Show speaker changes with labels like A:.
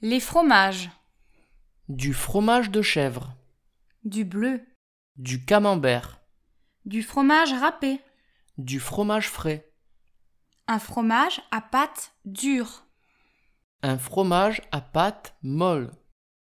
A: Les fromages.
B: Du fromage de chèvre.
A: Du bleu.
B: Du camembert.
A: Du fromage râpé.
B: Du fromage frais.
A: Un fromage à pâte dure.
B: Un fromage à pâte molle.